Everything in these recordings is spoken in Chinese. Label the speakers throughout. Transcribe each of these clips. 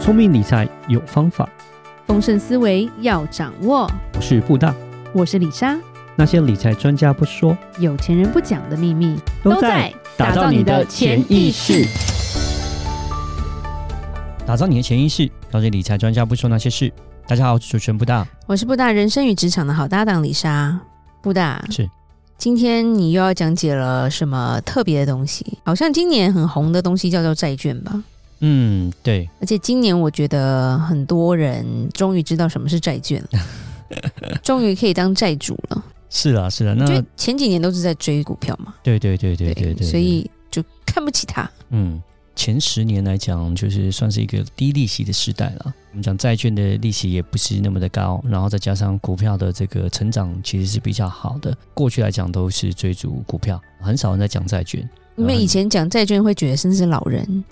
Speaker 1: 聪明理财有方法，
Speaker 2: 丰盛思维要掌握。
Speaker 1: 我是布大。
Speaker 2: 我是李莎，
Speaker 1: 那些理财专家不说，
Speaker 2: 有钱人不讲的秘密
Speaker 1: 打造你的潜意识。。打造你的潜意识，了解理财专家不说那些事。大家好，我是主持人布大。
Speaker 2: 我是布大人生与职场的好搭档李莎。布大
Speaker 1: 是，
Speaker 2: 今天你又要讲解了什么特别的东西？好像今年很红的东西叫做债券吧？
Speaker 1: 嗯，对，
Speaker 2: 而且今年我觉得很多人终于知道什么是 债券了，终于可以当债主了。
Speaker 1: 是啦，是啦。啊那
Speaker 2: 就前几年都是在追股票嘛，
Speaker 1: 对对嗯对对对对，
Speaker 2: 所以就看不起它。
Speaker 1: 嗯，前十年来讲，就是算是一个低利息的时代了。我们讲债券的利息也不是那么的高，然后再加上股票的这个成长其实是比较好的。过去来讲都是追逐股票，很少人在讲债券。
Speaker 2: 因为以前讲债券会觉得甚至 老人，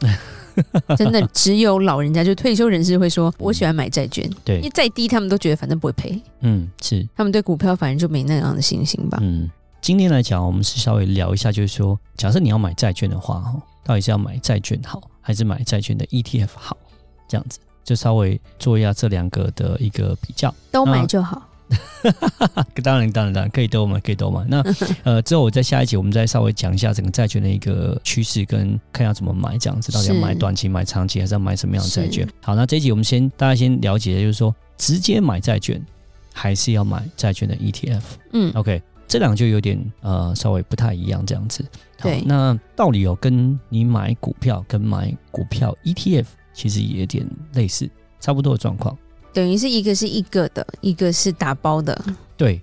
Speaker 2: 真的只有老人家就退休人士会说，我喜欢买债券，因为
Speaker 1: 对，
Speaker 2: 再低他们都觉得反正不会赔，
Speaker 1: 嗯，是，
Speaker 2: 他们对股票反正就没那样的信心吧。
Speaker 1: 嗯，今天来讲，我们是稍微聊一下，就是说，假设你要买债券的话，哦，到底是要买债券好，还是买债券的 ETF 好？这样子，就稍微做一下这两个的一个比较。
Speaker 2: 都
Speaker 1: 买
Speaker 2: 买就好，
Speaker 1: 当然，当然，当然可以兜嘛，可以兜嘛。 那呃，之后我在下一集，我们再稍微讲一下整个债券的一个趋势，跟看要怎么买，这样子到底要
Speaker 2: 是
Speaker 1: 买短期、买长期，还是要买什么样的债券
Speaker 2: 是？
Speaker 1: 好，那这一集我们先大家先了解，就是说直接买债券，还是要买债券的 ETF。
Speaker 2: 嗯，
Speaker 1: OK，这两个就有点呃稍微不太一样这样子。好
Speaker 2: 对
Speaker 1: 那道理有、跟你买股票跟买股票 ETF 其实也有点类似，差不多的状况。
Speaker 2: 等于是一个是一个的，一个是打包的，
Speaker 1: 对，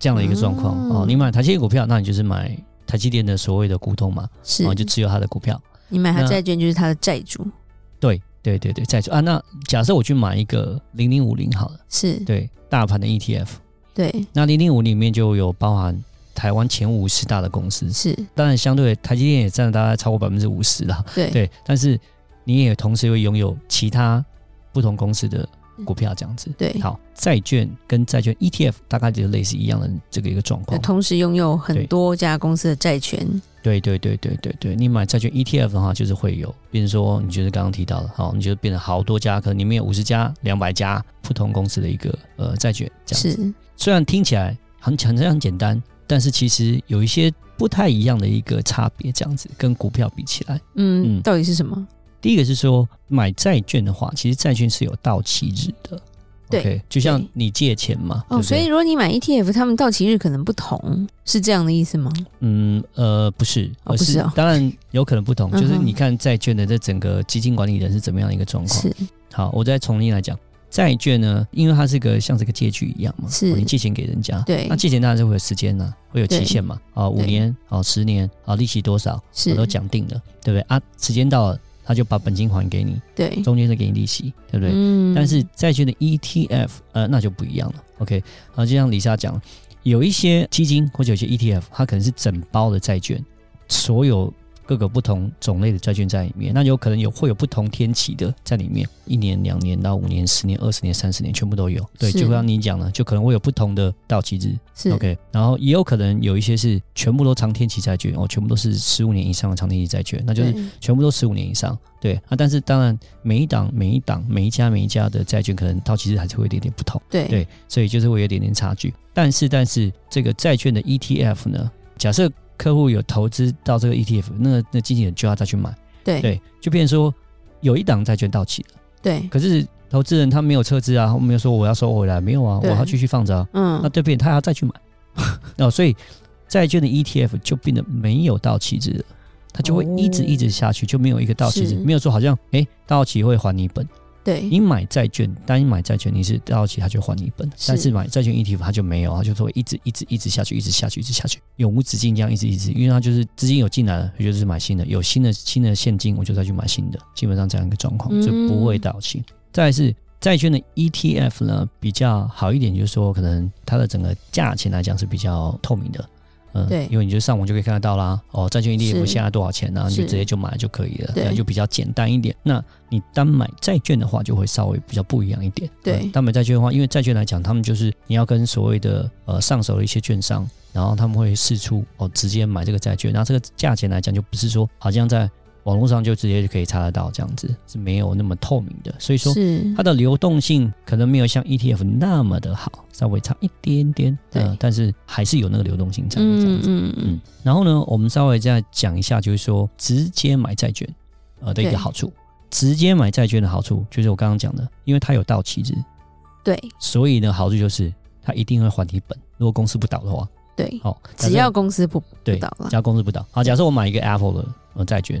Speaker 1: 这样的一个状况
Speaker 2: 哦
Speaker 1: 哦。你买台积电股票，那你就是买台积电的所谓的股东嘛，
Speaker 2: 是
Speaker 1: 哦，就持有它的股票。
Speaker 2: 你买他
Speaker 1: 那
Speaker 2: 债券就是他的债主，
Speaker 1: 对对对对，再说啊，那假设我去买一个零零五零好了，
Speaker 2: 是
Speaker 1: 对，大盘的 ETF，
Speaker 2: 对
Speaker 1: 那零零五里面就有包含台湾前五十大的公司，
Speaker 2: 是，
Speaker 1: 当然相对台积电也占了大概超过百分之五十啦，
Speaker 2: 对
Speaker 1: 对，但是你也同时会拥有其他不同公司的股票这样子。
Speaker 2: 对，
Speaker 1: 好，债券跟债券 ETF 大概就是类似一样的这个一个状况。
Speaker 2: 同时拥有很
Speaker 1: 对
Speaker 2: 多家公司的债权，
Speaker 1: 对对对对对对，你买债券 ETF 的话，就是会有，比如说你就是刚刚提到的，好，你就变成好多家，可能里面有五十家、两百家不同公司的一个呃债券这样子。
Speaker 2: 是
Speaker 1: 虽然听起来很很很简单，但是其实有一些不太一样的一个差别，这样子跟股票比起来，
Speaker 2: 嗯，
Speaker 1: 嗯
Speaker 2: 到底是什么？
Speaker 1: 第一个是说买债券的话，其实债券是有到期日的。
Speaker 2: 对
Speaker 1: o k 就像
Speaker 2: 对
Speaker 1: 你借钱嘛，对
Speaker 2: 哦，
Speaker 1: 不对
Speaker 2: 所以如果你买 ETF，他们到期日可能不同，是这样的意思吗？
Speaker 1: 嗯呃，不是，
Speaker 2: 哦
Speaker 1: 而
Speaker 2: 不是哦
Speaker 1: 当然有可能不同，
Speaker 2: 嗯哼
Speaker 1: 就是你看债券的这整个基金管理人是怎么样的一个状况。
Speaker 2: 是
Speaker 1: 好，我再重新来讲，债券呢，因为它是个像是个借据一样嘛，
Speaker 2: 是
Speaker 1: 哦你借钱给人家，
Speaker 2: 对
Speaker 1: 那借钱当然是会有时间呐、会有期限嘛，啊，五
Speaker 2: 对
Speaker 1: 年，啊，十年，啊，利息多少，我
Speaker 2: 是，
Speaker 1: 都讲定了，对不对啊？时间到了，他就把本金还给你，
Speaker 2: 对，
Speaker 1: 中间再给你利息，对不对？
Speaker 2: 嗯
Speaker 1: 但是债券的 ETF，呃，那就不一样了。OK，好，就像李莎讲，有一些基金或者有些 ETF，它可能是整包的债券，所有各个不同种类的债券在里面，那有可能有会有不同天期的在里面，一年、两年到五年、十年、二十年、三十年，全部都有。对，
Speaker 2: 是
Speaker 1: 就像你讲了，就可能会有不同的到期日。
Speaker 2: 是
Speaker 1: OK，然后也有可能有一些是全部都长天期债券，哦，全部都是十五年以上的长天期债券，那就是
Speaker 2: 对
Speaker 1: 全部都十五年以上，对啊，但是当然每一档每一档每一家每一家的债券可能到期日还是会有一点点不同，
Speaker 2: 对
Speaker 1: 对，所以就是会有一点点差距。但是但是这个债券的 ETF 呢，假设客户有投资到这个 ETF，那那经纪人就要再去买，
Speaker 2: 对
Speaker 1: 对，就变成说有一档债券到期了，
Speaker 2: 对，
Speaker 1: 可是投资人他没有撤资啊，没有说我要收回来，没有啊，我
Speaker 2: 对
Speaker 1: 要继续放着啊，那
Speaker 2: 嗯，
Speaker 1: 这边他还要再去买， 哦，所以债券的 ETF 就变得没有到期日了，它就会一直一直下去，就没有一个到期日，
Speaker 2: 哦是
Speaker 1: 没有说好像诶到期会还你本。
Speaker 2: 对，
Speaker 1: 你买债券，单一买债券你是到期它就还你本，
Speaker 2: 是
Speaker 1: 但是买债券 ETF 它就没有，它就是会一直一直一直下去，一直下去，一直下去，永无止境这样一直一直，因为它就是资金有进来了，也就是买新的，有新的新的现金我就再去买新的，基本上这样一个状况
Speaker 2: 嗯
Speaker 1: 就不会到期。再来是债券的 ETF 呢比较好一点，就是说可能它的整个价钱来讲是比较透明的。嗯，
Speaker 2: 对
Speaker 1: 因为你就上网就可以看得到啦。哦，债券 ETF
Speaker 2: 是
Speaker 1: 现在多少钱呢、你就是直接就买就可以了，
Speaker 2: 对
Speaker 1: 对，就比较简单一点。那你单买债券的话，就会稍微比较不一样一点。
Speaker 2: 对
Speaker 1: 嗯单买债券的话，因为债券来讲，他们就是你要跟所谓的呃上手的一些券商，然后他们会试出哦，直接买这个债券，然后这个价钱来讲，就不是说好像在。网络上就直接就可以查得到，这样子是没有那么透明的。所以说，
Speaker 2: 是
Speaker 1: 它的流动性可能没有像 ETF 那么的好，稍微差一点点，呃
Speaker 2: 对，
Speaker 1: 但是还是有那个流动性在这
Speaker 2: 嗯
Speaker 1: 样子。
Speaker 2: 嗯嗯
Speaker 1: 嗯，然后呢，我们稍微再讲一下，就是说直接买债券，呃的一
Speaker 2: 对
Speaker 1: 个好处。直接买债券的好处就是我刚刚讲的，因为它有到期日，
Speaker 2: 对
Speaker 1: 所以呢，好处就是它一定会还你本。如果公司不倒的话，
Speaker 2: 对，
Speaker 1: 好、假
Speaker 2: 嗯只
Speaker 1: 设
Speaker 2: 要公司不不
Speaker 1: 对
Speaker 2: 倒了
Speaker 1: 只，要公司不倒，好，假设我买一个 Apple 的呃债券，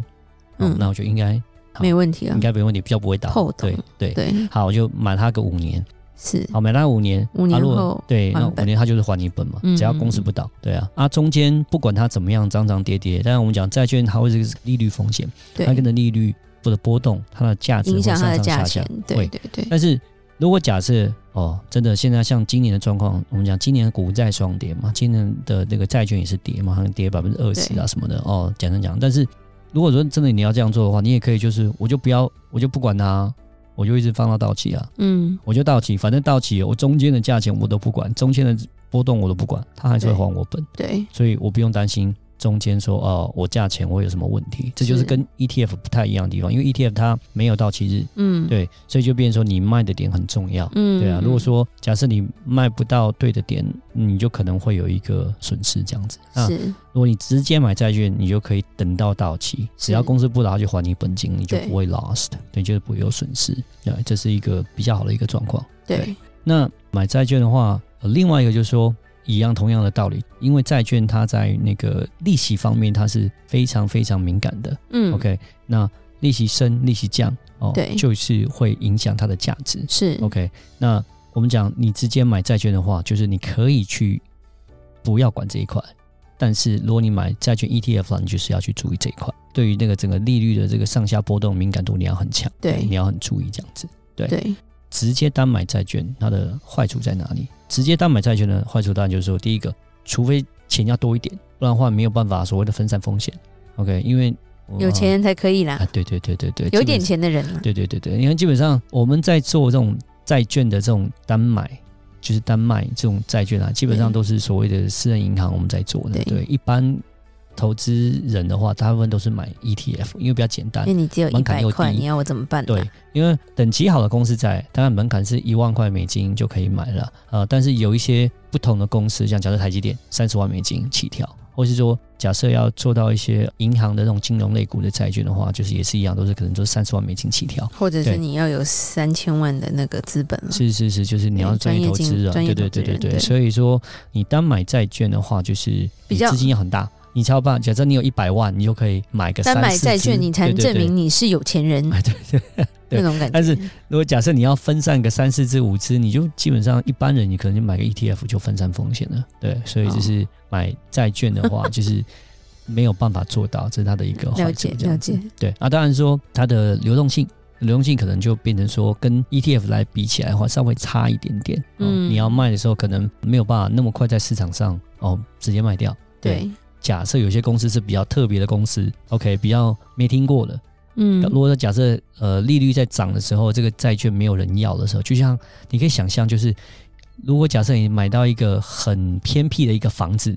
Speaker 1: 嗯
Speaker 2: 嗯，
Speaker 1: 那我就应该好
Speaker 2: 没问题啊
Speaker 1: 应。该没问题，比较不会倒
Speaker 2: 透。懂
Speaker 1: 对对，
Speaker 2: 对，
Speaker 1: 好，我就买它个五年，
Speaker 2: 是
Speaker 1: 好，买它五年，
Speaker 2: 五年
Speaker 1: 啊如果
Speaker 2: 后
Speaker 1: 对，那
Speaker 2: 还
Speaker 1: 五
Speaker 2: 本
Speaker 1: 年它就是还你本嘛，
Speaker 2: 嗯
Speaker 1: 只要公司不倒，对啊，啊，中间不管它怎么样涨涨跌跌，但是我们讲债券它会是个利率风险，
Speaker 2: 对
Speaker 1: 它，跟着利率的波动，它的价值
Speaker 2: 影
Speaker 1: 会
Speaker 2: 响
Speaker 1: 上
Speaker 2: 它的
Speaker 1: 上
Speaker 2: 价
Speaker 1: 下
Speaker 2: 钱
Speaker 1: 下。，
Speaker 2: 对
Speaker 1: 会
Speaker 2: 对对，
Speaker 1: 但是如果假设哦，真的现在像今年的状况，我们讲今年的股债双跌嘛，今年的那个债券也是跌嘛，好像跌百分之二十啊
Speaker 2: 对
Speaker 1: 什么的哦，讲讲讲。但是如果说真的你要这样做的话，你也可以就是我就不要，我就不管它啊，我就一直放到到期啊，
Speaker 2: 嗯，
Speaker 1: 我就到期，反正到期我中间的价钱我都不管，中间的波动我都不管，它还是会
Speaker 2: 对
Speaker 1: 还我本，
Speaker 2: 对
Speaker 1: 所以我不用担心。中间说哦，我价钱我有什么问题？这就是
Speaker 2: 是
Speaker 1: 跟 ETF 不太一样的地方，因为 ETF 它没有到期日，
Speaker 2: 嗯，
Speaker 1: 对，所以就变成说你卖的点很重要。
Speaker 2: 嗯，
Speaker 1: 对啊，如果
Speaker 2: 嗯
Speaker 1: 说假设你卖不到对的点，你就可能会有一个损失这样子。那
Speaker 2: 是
Speaker 1: 如果你直接买债券，你就可以等到到期，只
Speaker 2: 是
Speaker 1: 要公司不倒它就还你本金，你就
Speaker 2: 对
Speaker 1: 不会 lost，对，就是不会有损失。对，这是一个比较好的一个状况。
Speaker 2: 对
Speaker 1: 那买债券的话，呃另外一个就是说，一样同样的道理，因为债券它在那个利息方面它是非常非常敏感的，
Speaker 2: 嗯
Speaker 1: OK，那利息升、利息降哦，
Speaker 2: 对
Speaker 1: 就是会影响它的价值。
Speaker 2: 是
Speaker 1: OK，那我们讲你直接买债券的话，就是你可以去不要管这一块，但是如果你买债券 ETF 啦，你就是要去注意这一块，对于那个整个利率的这个上下波动敏感度你要很强，
Speaker 2: 对
Speaker 1: 你要很注意这样子。
Speaker 2: 对
Speaker 1: 直接单买债券它的坏处在哪里？直接单买债券的坏处当然就是说，第一个，除非钱要多一点，不然的话没有办法所谓的分散风险。OK，因为
Speaker 2: 有钱人才可以啦
Speaker 1: 啊，，对对对对对，
Speaker 2: 有
Speaker 1: 基本
Speaker 2: 点钱的人啦，
Speaker 1: 对对对对，因为基本上我们在做这种债券的这种单买，就是单卖这种债券啊，基本上
Speaker 2: 对
Speaker 1: 都是所谓的私人银行我们在做的。
Speaker 2: 对
Speaker 1: 对，一般投资人的话，大部分都是买 ETF，因为比较简单
Speaker 2: 那。你只有一
Speaker 1: 门槛
Speaker 2: 百
Speaker 1: 又
Speaker 2: 块，
Speaker 1: 低
Speaker 2: 你要我怎么办？
Speaker 1: 对，，因为等级好的公司在，当然门槛是一万块美金就可以买了，呃，但是有一些不同的公司，像假设台积电三十万美金起跳，或是说假设要做到一些银行的那种金融类股的债券的话，就是也是一样，都是可能都是三十万美金起跳。
Speaker 2: 或者
Speaker 1: 对
Speaker 2: 是你要有三千万的那个资本了，
Speaker 1: 是是是，就是你
Speaker 2: 对
Speaker 1: 要是专业
Speaker 2: 专业
Speaker 1: 投
Speaker 2: 经
Speaker 1: 资人，
Speaker 2: 专
Speaker 1: 对
Speaker 2: 业
Speaker 1: 对
Speaker 2: 投资
Speaker 1: 对对
Speaker 2: 人
Speaker 1: 对。
Speaker 2: 对
Speaker 1: 所以说，你单买债券的话，就是
Speaker 2: 比
Speaker 1: 你
Speaker 2: 较
Speaker 1: 资金要很大，你才有办法。假设你有一百万，你就可以买个
Speaker 2: 单
Speaker 1: 三
Speaker 2: 买
Speaker 1: 四
Speaker 2: 债券
Speaker 1: 只
Speaker 2: 你才能
Speaker 1: 对对
Speaker 2: 证明你是有钱人
Speaker 1: 对哎对对。对
Speaker 2: 那种感觉。
Speaker 1: 但是如果假设你要分散个三四只五只，你就基本上一般人你可能就买个 ETF 就分散风险了。对，所以就是买债券的 话，就是没有办法做到，这是它的一个
Speaker 2: 了
Speaker 1: 坏处
Speaker 2: 解。
Speaker 1: 这样
Speaker 2: 了
Speaker 1: 子
Speaker 2: 解
Speaker 1: 对啊，当然说它的流动性，流动性可能就变成说跟 ETF 来比起来的话，稍微差一点点。嗯，
Speaker 2: 嗯
Speaker 1: 你要卖的时候可能没有办法那么快在市场上哦直接卖掉。
Speaker 2: 对，
Speaker 1: 假设有些公司是比较特别的公司，OK，比较没听过的。
Speaker 2: 嗯，
Speaker 1: 如果假设呃利率在涨的时候，这个债券没有人要的时候，就像你可以想象，就是如果假设你买到一个很偏僻的一个房子，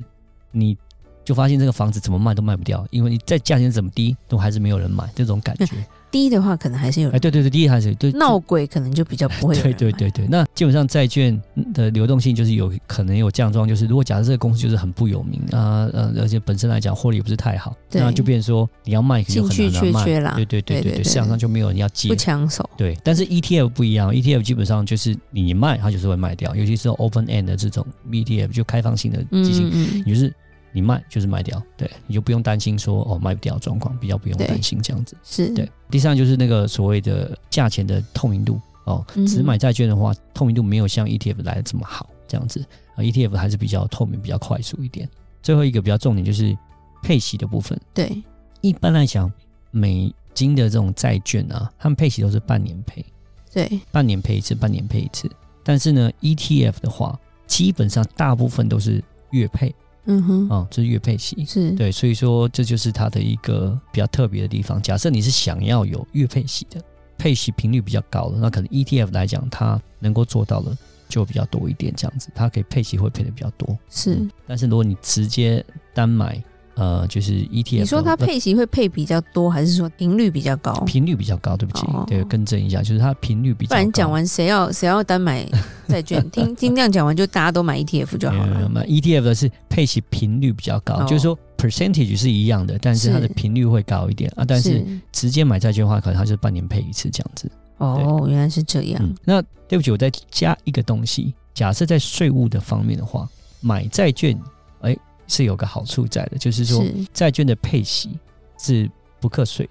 Speaker 1: 你就发现这个房子怎么卖都卖不掉，因为你在价钱怎么低都还是没有人买，这种感 觉。
Speaker 2: 低的话可能还是有
Speaker 1: 哎，
Speaker 2: 人，
Speaker 1: 对对对，第一还是对
Speaker 2: 闹鬼可能就比较不会有
Speaker 1: 对
Speaker 2: 人
Speaker 1: 对
Speaker 2: 买，
Speaker 1: 对对，那基本上债券的流动性就是有可能有降状，就是如果假设这个公司就是很不有名啊，呃，而且本身来讲获利也不是太好，
Speaker 2: 嗯对
Speaker 1: 那就变成说你要卖可能就很
Speaker 2: 兴趣
Speaker 1: 难
Speaker 2: 缺
Speaker 1: 卖，
Speaker 2: 缺啦
Speaker 1: 对对对
Speaker 2: 对
Speaker 1: 对
Speaker 2: 对
Speaker 1: 对，
Speaker 2: 对
Speaker 1: 市场上就没有人要接
Speaker 2: 不。抢手。
Speaker 1: 对，但是 ETF 不一样，ETF 基本上就是你卖它就是会卖掉，尤其是 open end 的这种 ETF 就开放性的
Speaker 2: 嗯
Speaker 1: 基金，
Speaker 2: 嗯，
Speaker 1: 你就是你卖就是卖掉，对你就不用担心说哦卖不掉的状况，比较不用
Speaker 2: 对
Speaker 1: 担心这样子。
Speaker 2: 是，
Speaker 1: 对，第三就是那个所谓的价钱的透明度哦，
Speaker 2: 嗯哼
Speaker 1: 只买债券的话，透明度没有像 ETF 来的这么好，这样子啊、e t f 还是比较透明、比较快速一点。最后一个比较重点就是配息的部分，
Speaker 2: 对，
Speaker 1: 一般来讲，美金的这种债券啊，他们配息都是半年配，
Speaker 2: 对，
Speaker 1: 半年配一次，半年配一次。但是呢，ETF 的话，基本上大部分都是月配
Speaker 2: 嗯哼，
Speaker 1: 啊、就是月配息。
Speaker 2: 是，
Speaker 1: 对，所以说这就是它的一个比较特别的地方。假设你是想要有月配息的，配息频率比较高的，那可能 ETF 来讲，它能够做到的就比较嗯多一点，这样子，它可以配息会配的比较多。
Speaker 2: 是，
Speaker 1: 但是如果你直接单买呃，就是 ETF，
Speaker 2: 你说它配息会配比较多，还是说频率比较高？
Speaker 1: 频率比较高，对不起，
Speaker 2: 哦
Speaker 1: 对，更正一下，就是它频率比较
Speaker 2: 不
Speaker 1: 高。
Speaker 2: 然你讲完谁要谁要 单买债券？听听这样讲完，就大家都买 ETF 就
Speaker 1: 没
Speaker 2: 好
Speaker 1: 有，没有
Speaker 2: 了。
Speaker 1: 没有 ETF 的是配息频率比较高，
Speaker 2: 哦
Speaker 1: 就是说 percentage 是一样的，但是它的
Speaker 2: 是
Speaker 1: 频率会高一点啊。但是直接买债券的话，可能它就是半年配一次这样子。
Speaker 2: 哦，原来是这样。
Speaker 1: 嗯，那对不起，我再加一个东西，假设在税务的方面的话，买债券，哎、是有个好处在的，就是说
Speaker 2: 是，
Speaker 1: 债券的配息是不课税，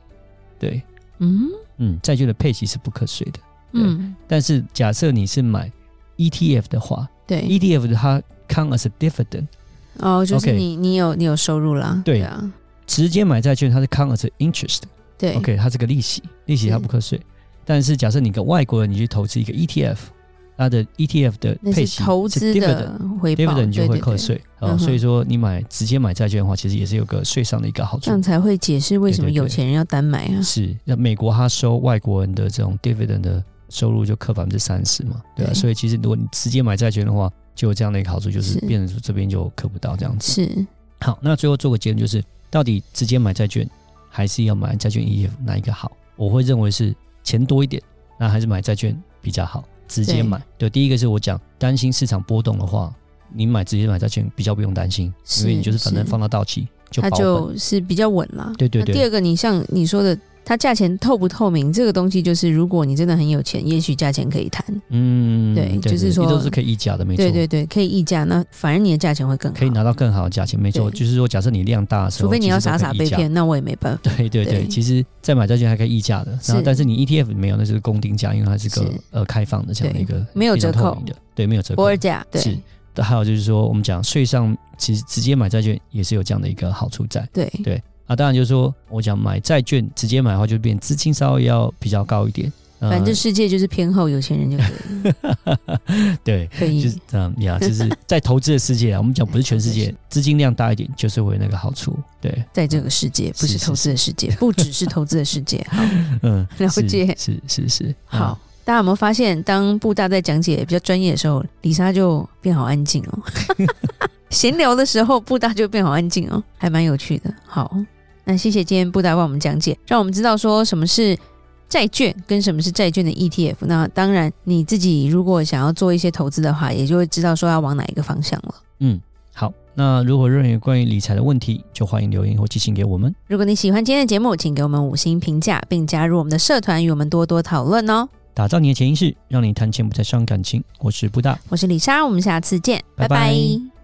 Speaker 1: 对，
Speaker 2: 嗯
Speaker 1: 嗯，债券的配息是不课税的。
Speaker 2: 嗯，
Speaker 1: 但是假设你是买 ETF 的话
Speaker 2: 对，
Speaker 1: ，ETF 的它 count as a dividend，
Speaker 2: 哦，就是
Speaker 1: OK
Speaker 2: 你你有你有收入啦，
Speaker 1: 对
Speaker 2: 啊，
Speaker 1: 直接买债券它是 count as a interest，
Speaker 2: 对
Speaker 1: OK，它这个利息，利息它
Speaker 2: 是
Speaker 1: 不课税。但是假设你跟外国人你去投资一个 ETF，它的 ETF 的
Speaker 2: 那
Speaker 1: 配
Speaker 2: 是
Speaker 1: 息
Speaker 2: 投资
Speaker 1: dividend。
Speaker 2: 的回报，
Speaker 1: dividend
Speaker 2: 对
Speaker 1: 你就
Speaker 2: 对
Speaker 1: 会课
Speaker 2: 对，
Speaker 1: 税
Speaker 2: 嗯
Speaker 1: 哦，
Speaker 2: 哼
Speaker 1: 所以说你买直接买债券的话，其实也是有个税上的一个好
Speaker 2: 这
Speaker 1: 处
Speaker 2: 样。才会解释为什么
Speaker 1: 对对对
Speaker 2: 有钱人要单买啊。
Speaker 1: 是，那美国它收外国人的这种 dividend 的收入就课百分之三十嘛，对啊，
Speaker 2: 对
Speaker 1: 所以其实如果你直接买债券的话，就有这样的一个好处，就是
Speaker 2: 是
Speaker 1: 变成说这边就课不到这样子。
Speaker 2: 是，
Speaker 1: 好，那最后做个结论就是，到底直接买债券还是要买债券 ETF 哪一个好？我会认为是钱多一点，那还是买债券比较好，直接买。对，第一个是我讲担心市场波动的话，你买直接买债券比较不用担心，因为
Speaker 2: 是
Speaker 1: 你就是反正
Speaker 2: 是
Speaker 1: 放到到期就
Speaker 2: 它
Speaker 1: 保本。
Speaker 2: 就是比较稳啦。
Speaker 1: 对对
Speaker 2: 那
Speaker 1: 对
Speaker 2: 第二个，你像你说的，它价钱透不透明这个东西，就是如果你真的很有钱，也许价钱可以谈。
Speaker 1: 嗯，
Speaker 2: 对就是
Speaker 1: 你
Speaker 2: 说
Speaker 1: 都是可以议价的，没错。
Speaker 2: 对对对，可以议价，那反而你的价钱会更好。
Speaker 1: 可以拿到更好的价钱，没错。
Speaker 2: 对
Speaker 1: 就是说，假设你量大的时候，
Speaker 2: 除非你要
Speaker 1: 其实
Speaker 2: 傻
Speaker 1: 都可以
Speaker 2: 傻被
Speaker 1: 议价
Speaker 2: 骗，那我也没办法。
Speaker 1: 对对对，
Speaker 2: 对
Speaker 1: 其实，在买债券还可以议价的，然后
Speaker 2: 是
Speaker 1: 但是你 E ETF 没有，那就是公定价，因为它是个
Speaker 2: 是
Speaker 1: 呃开放的这样的一个
Speaker 2: 没有折扣
Speaker 1: 非常透明的，对，没有折扣
Speaker 2: 博。尔价，
Speaker 1: 是
Speaker 2: 对
Speaker 1: 但还有就是说，我们讲税上其实直接买债券也是有这样的一个好处在
Speaker 2: 对
Speaker 1: 对啊。当然就是说我讲买债券直接买的话，就变资金稍微要比较高一点，呃
Speaker 2: 反正这世界就是偏好有钱人就可以 了，
Speaker 1: 对，
Speaker 2: 可以
Speaker 1: 就是这样呀，就是在投资的世界啊，我们 讲不是全世界，资金量大一点就是会有那个好处，对，
Speaker 2: 在这个世界，不
Speaker 1: 是
Speaker 2: 是
Speaker 1: 是
Speaker 2: 投资的世界，不只是投资的世界。好，
Speaker 1: 嗯，
Speaker 2: 了
Speaker 1: 是嗯
Speaker 2: 解
Speaker 1: 是是是，啊
Speaker 2: 好，大家有没有发现，当布大在讲解比较专业的时候，李莎就变好安静哦。闲聊的时候，布大就变好安静哦，还蛮有趣的。好，那谢谢今天布大帮我们讲解，让我们知道说什么是债券跟什么是债券的 ETF。那当然，你自己如果想要做一些投资的话，也就会知道说要往哪一个方向了。
Speaker 1: 嗯，好，那如果任何有关于理财的问题，就欢迎留言或寄信给我们。
Speaker 2: 如果你喜欢今天的节目，请给我们五星评价，并加入我们的社团与我们多多讨论哦。
Speaker 1: 打造你的潜意识，让你谈钱不再伤感情。我是布大，
Speaker 2: 我是李莎，我们下次见，
Speaker 1: 拜
Speaker 2: 拜
Speaker 1: 拜
Speaker 2: 拜